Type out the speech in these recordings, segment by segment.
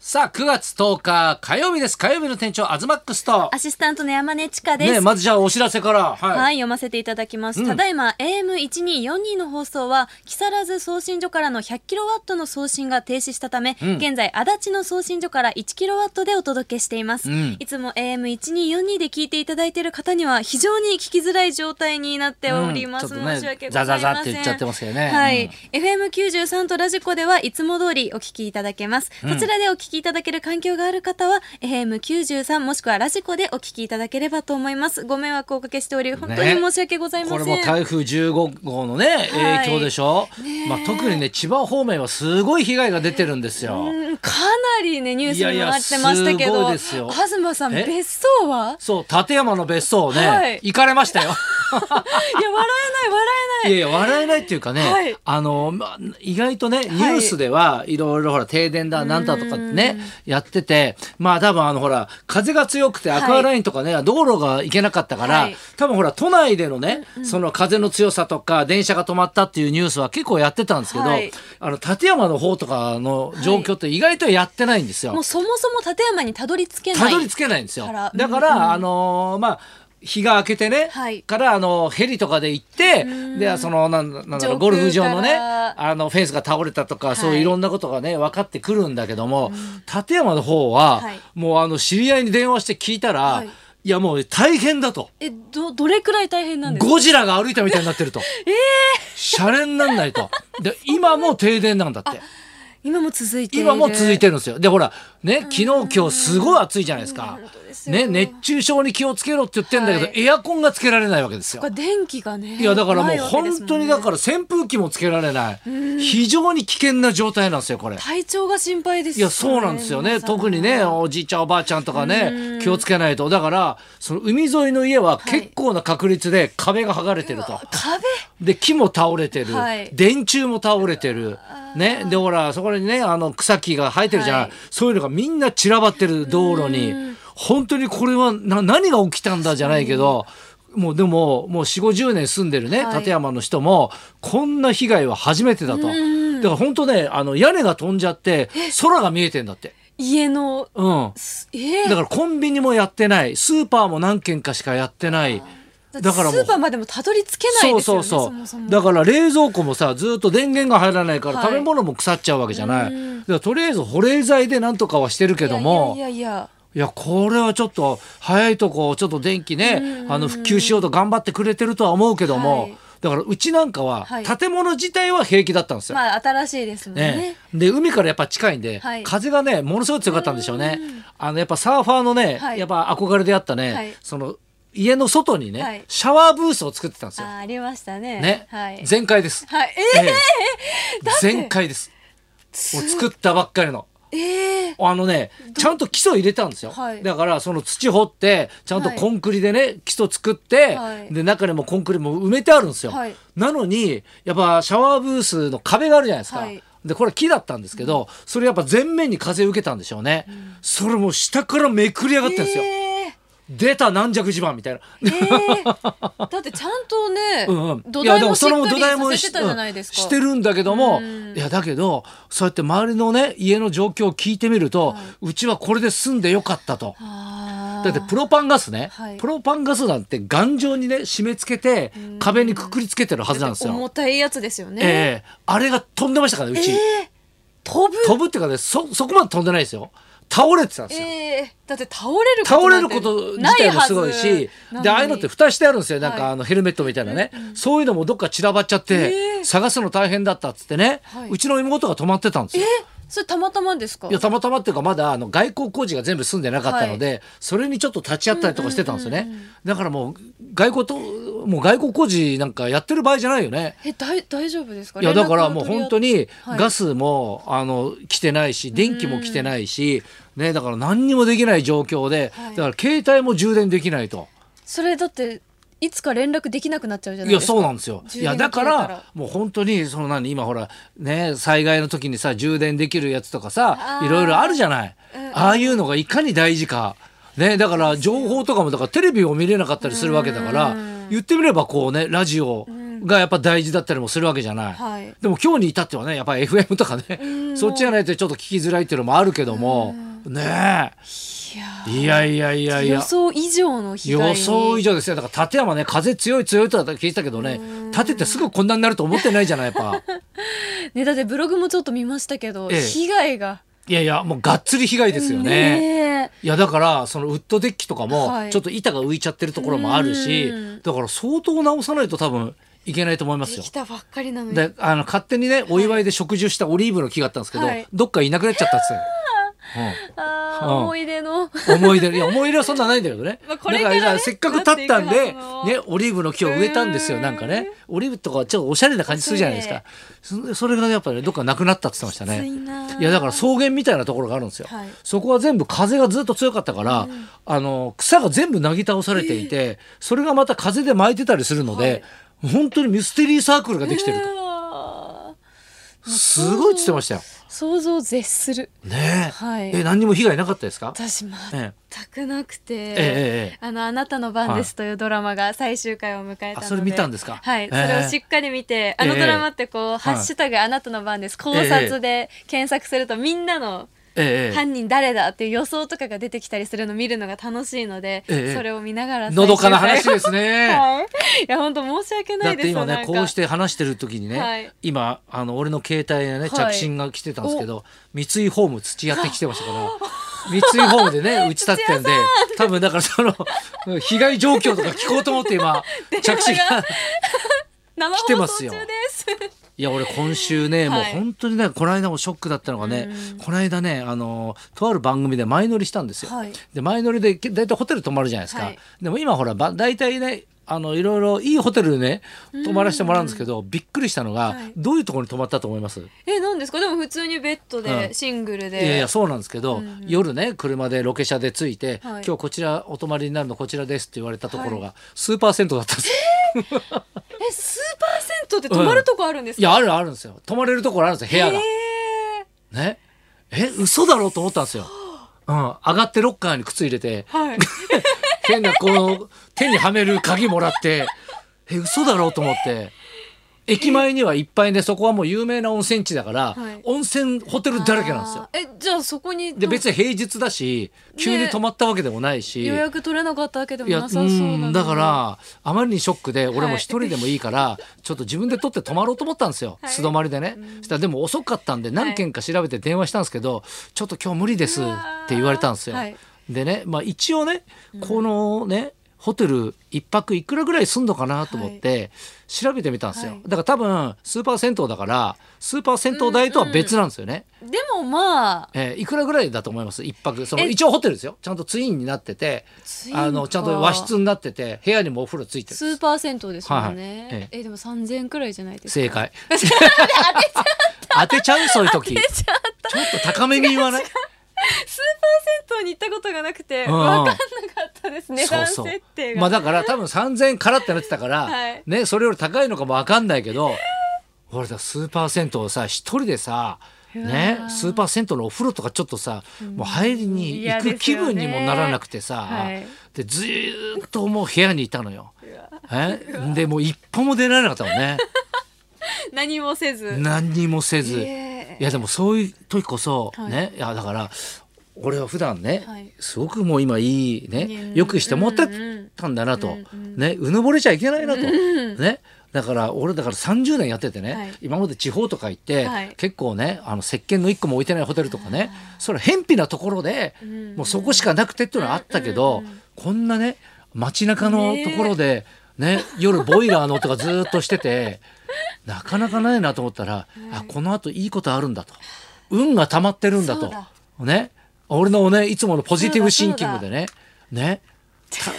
さあ9月10日火曜日です火曜日の店長アズマックスとアシスタントの山根千佳です。ねまずじゃあお知らせからはい、はい、読ませていただきます。うんただいま AM1242 の放送は、木更津送信所からの100キロワットの送信が停止したため、ん現在、足立の送信所から1キロワットでお届けしています。うんいつも AM1242 で聞いていただいている方には、非常に聞きづらい状態になっておりまうす。んちょっとね申し訳ございません。ザザザって言っちゃってますよねはい。うん FM93 とラジコではいつも通りお聞きいただけます。そちらでお聞きいただける環境がある方は、FM93 もしくはラジコでお聞きいただければと思います。ご迷惑をおかけしており、本当に申し訳ございませこん。れも台風15号のねはい影響でしょ、まあ、特にね千葉方面はすごい被害が出てるんですよ。うんかなりね、ニュースいやいにもやなってましたけすごど、いですよ東さん、え 別荘はそう立山の別荘をね、はい行かれましたよ。いや、笑えない、笑えいない。やいや笑えないっていうかね、はいあの、まあ、意外とねニュースではいろいろほら停電だなんだとかってねやっててまあ多分あのほら風が強くてアクアラインとかね、道路が行けなかったから、はい多分ほら都内でのね、その風の強さとか電車が止まったっていうニュースは結構やってたんですけど、はいあの立山の方とかの状況って意外とやってないんですよ。もうそもそも立山にたどり着けない。たどり着けないんですよからだから、あのーまあ日が明けてね、はいからあのヘリとかで行ってでそのなんなんだろう上空ゴルフ場のねからあのフェンスが倒れたとか、いそういういろんなことがね分かってくるんだけども、立山の方は、はいもうあの知り合いに電話して聞いたら、はいい、やもう大変だとえ、ど、どれくらい大変なんですかゴジラが歩いたみたいになってる と。えシャレになんないと。で今も停電なんだって。今も続いている。今も続いてるんですよ。でほらね昨日今日すごい暑いじゃないですかうん本当で。すよね熱中症に気をつけろって言ってんだけど、はエアコンがつけられないわけですよが。電気がね。いやだからもなういわけですもんね本当にだから扇風機もつけられない、非常に危険な状態なんですよこれ。体調が心配ですいよやそうなんですよね皆さん特にねおじいちゃんおばあちゃんとかね気をつけないとだからその海沿いの家は結構な確率で壁が剥がれてると。壁で木も倒れてる、はい電柱も倒れてるねでほらそこにねあの草木が生えてるじゃない、はいそういうのがみんな散らばってる道路に本当にこれはな何が起きたんだじゃないけど。もうでももう4 5 0年住んでるね、はい立山の人もこんな被害は初めてだとだから本当ねあの屋根が飛んじゃって空が見えてんだって、家のうん、すえだーからコンビニもやってないスーパーも何軒かしかやってないだだからスもうーパーまでもたどり着けないですよそねうそうそうもそもだから冷蔵庫もさずっと電源が入らないからはい食べ物も腐っちゃうわけじゃない、うんだからとりあえず保冷剤でなんとかはしてるけどもいいややいやいやこれはちょっと早いとこちょっと電気ね、あの普及しようと頑張ってくれてるとは思うけども、はいだからうちなんかははい建物自体は平気だったんですよ。まあ新しいですもんねね、で海からやっぱ近いんで、はい風がねものすごい強かったんでしょうね。あのやっぱサーファーのね、はいやっぱ憧れであったね、はいその家の外にね、はいシャワーブースを作ってたんですあよ。ありましたねね、はい、全開です。はい、えええって全開です。を作ったばっかりの。ー、えー、あのね、ちゃんと基礎入れたんですよ。はいだから、その土掘って、ちゃんとコンクリでね、基礎作って、はいで、中にもコンクリも埋めてあるんですよ。はいなのに、やっぱシャワーブースの壁があるじゃないですか。はいで、これ木だったんですけど、それやっぱ全面に風受けたんでしょうね。それもう下からめくり上がってるんですよ。え出た軟弱地盤みたいな。ー、えー、だってちゃんとね、 うんうん、土いや台でももしそっれもか土り台もさせてたじゃないですか、うんしてるんだけどもうんいやだけどそうやって周りのね家の状況を聞いてみると、うちはこれで住んでよかったと。あだっーてプロパンガスね、はいプロパンガスなんて頑丈にね締め付けて壁にくくりつけてるはずなんですよ。重たいやつですよね、ええあれが飛んでましたからねうち、えー、飛ぶ飛ぶっていうかねそそこまで飛んでないですよ倒れてたんですよ。ええだって倒れる倒ことれなるんてこと自ない体もはすずごいしなのにでああいうのって蓋してあるんですよなんはかいあのヘルメットみたいなね、そういうのもどっか散らばっちゃって、えー探すの大変だったっつってね、はいうちの妹が泊まってたんですよ。えそれたまたまですかいやたまたまっていうかまだあの外交工事が全部済んでなかったので、それにちょっと立ち会ったりとかしてたんですよね、だからもう外交ともう外交工事なんかやってる場合じゃないよね。えだい大丈夫ですかいやだからもう本当ににはいガスも、あの来てないし電気も来てないし、ね、だから何にもできない状況で、はいだから携帯も充電できないと。それだっていつか連絡できなくなっちゃうじゃないいでやすかそうなんですよ。い充電やがだ切かれたららもう本当にその何今ほらね災害の時にさ充電できるやつとかさあーいろいろあるじゃないうんう。んああいうのがいかに大事か。ね、だから情報とかもだからテレビを見れなかったりするわけだからうん言ってみればこうねラジオんがやっぱ大事だったりもするわけじゃない、はいでも今日に至ってはねやっぱり FM とかね、んそっちじゃないとちょっと聞きづらいっていうのもあるけども、ねいやえいやいやいやいや予想以上の被予害に想以上ですよだから立山ね風強い強いとは聞いてたけどね立ててすぐこんなになると思ってないじゃないやっ ぱねだってブログもちょっと見ましたけど、ええ被害がいやいやもうがっつり被害ですよねねいやだからそのウッドデッキとかはもいちょっと板が浮いちゃってるところもあるし、うんだから相当直さないと多分いけないと思いまえすでよき。たばっかりなのにであの勝手にねお祝いで植樹したオリーブの木があったんですけど、はいどっかいなくなっちゃったっすあーうん思い出のよ、うん思い出いや思い出はそんなないんだけどねまあこれからねだらせっかく立ったんなってでいくのもねオリーブの木を植えたんですよへーなんかねオリーブとかちょっとおしゃれな感じするじゃないですかそそれがねやっぱり、ね、どっかなくなったって言ってましたねついないやだから草原みたいなところがあるんですよ、はいそこは全部風がずっと強かったから、あの草が全部なぎ倒されていて、それがまた風で巻いてたりするので、本当にミステリーサークルができてると、うわすごいっつってましたよ。ー 想像を絶するねえ、はいえ何にも被害なかったですか、私全えくなくて、えええあの「あなたの番です」というドラマが最終回を迎えたのであそれ見たんですかはい、ええそれをしっかり見てあのドラマってこう「ハッシュタグあなたの番です」考察で検索するとみんなのえええ犯人誰だっていう予想とかが出てきたりするの見るのが楽しいので、ええそれを見ながら、のどかな話ですす ね。はい、いや本当申し訳なだっいでてす今なねんかこうして話してる時にね、はい今あの俺の携帯でねい着信が来てたんですけど、三井ホーム土屋って来てました から三井ホームでね打ち立ってたんで多分だからその被害状況とか聞こうと思って 今着信が。来生て放ま送す中よです。 いや俺今週ね、はいもう本当にねこの間もショックだったのがね、この間ねあのとある番組で前乗りしたんですよ。はいで前乗りでけ大体ホテル泊まるじゃないですか。はいでも今ほらば大体ねあのいろいろいいホテルでね泊まらせてもらうんですけど、びっくりしたのが、はいどういうところに泊まったと思いますえ、なんですかでも普通にベッドうで、んシングルで。いやいやそうなんですけど、うん夜ね車でロケ車で着いて、はい今日こちらお泊まりになるのこちらですって言われたところが、スーパー銭湯だったんですよ。え、スーパー銭湯って泊まるとこあるんですいか、やあるあるんですよ泊まれるところあるんですよ部屋が。えねえ嘘だろうと思ったんですよ。うん、上がってロッカーに靴入れて ーはい。変なこの手にはめる鍵もらってえ嘘だろうと思って駅前にはいっぱいねそこはもう有名な温泉地だから、はい温泉ホテルだらけなんですよ。あー。え、じゃあそこに、で別に平日だし急に泊まったわけでもないし、予約取れなかったわけでもいやなさそうなのうにんだか、らあまりにショックで俺も一人でもいいから、ちょっと自分で取って泊まろうと思ったんですよ、はい素泊まりでね、したらでも遅かったんで何件か調べて電話したんですけど、ちょっと今日無理ですって言われたんですよ、はいでねまあ一応ねこのね、ホテル一泊いくらぐらいすんのかなと思って調べてみたんですよ、はいだから多分スーパー銭湯だからスーパー銭湯代とは別なんですよね、でもまあ、えーいくらぐらいだと思います一泊そのえ一応ホテルですよちゃんとツインになっててツインかあのちゃんと和室になってて部屋にもお風呂ついてスるーパー銭湯ですもんね。はいはいええ、でも3000円くらいじゃない ですか。正解 当てちゃうそういう時ちょちょっとっと高めに言わないスーパー銭湯に行ったことがなくて、うんわかんなかったです。値そう段そう設定が。まあだから多分3,000円からってなってたから、 はいねそれより高いのかも分かんないけど俺さスーパー銭湯をさ一人でさねう、わスーパー銭湯のお風呂とかちょっとさ、もう入りに行嫌ですよくね気分にもならなくてさはいでずーっともう部屋にいたのよ。えでもう一歩も出られなかったもん ね何もせず。何にもせず。えいやでもそういう時こそ、はいねいやだから俺は普段ね、はいすごくもう今いいねねよくしてもらっうんうんたんだなと、うんうんねうぬぼれちゃいけないなと、ねだから俺だから30年やっててね、はい今まで地方とか行って、はい結構ねあの石鹸の1個も置いてないホテルとかねそれ偏僻なところで、んもうそこしかなくてっていうのはあったけど、こんなね街中のところで、ね夜ボイラーの音がずーっとして て。なかなかないなと思ったら、あこのあといいことあるんだと運が溜まってるんだそとうだね俺のねいつものポジティブシンキングでねねた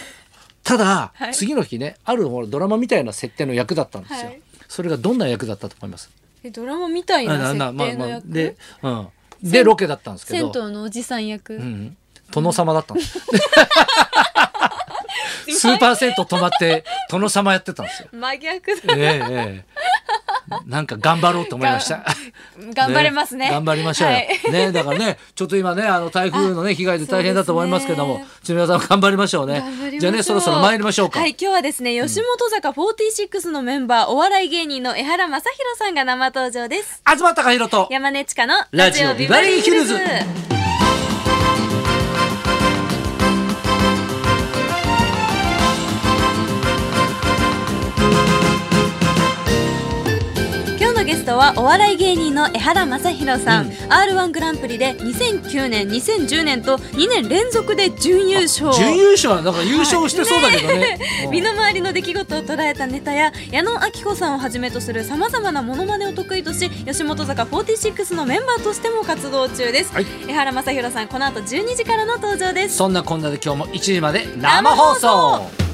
ただ、はい次の日ねあるほらドラマみたいな設定の役だったんですよ、はいそれがどんな役だったと思いますえドラマみたいな設定の役で,、うん、でロケだったんですけ銭ど、湯のおじさん役、うん、殿様だったん ですスーパー銭湯泊まって殿様やってたんですよ真逆だええええなんか頑張ろうと思いました。頑張れますね。頑張りましょうよ。はいね、だからね、ちょっと今ね、あの台風のね、被害で大変だと思いますけどそうもですね、ちの皆さんも頑張りましょうね頑張りましょ。うじゃあね、そろそろ参りましょうか。はい、今日はですね、吉本坂46のメンバー、お笑い芸人の江原正宏さんが生登場です。東貴博と。山根千佳のラジオビバリーヒルズ今日のゲストはお笑い芸人の江原正宏さん、うん R1 グランプリで2009年2010年と2年連続で準優勝準優勝はなんか優勝してそうだけどね。うん 身の回りの出来事を捉えたネタや矢野明子さんをはじめとするさまざまなモノマネを得意とし吉本坂46のメンバーとしても活動中です、はい江原正宏さんこの後12時からの登場ですそんなこんなで今日も1時まで生放送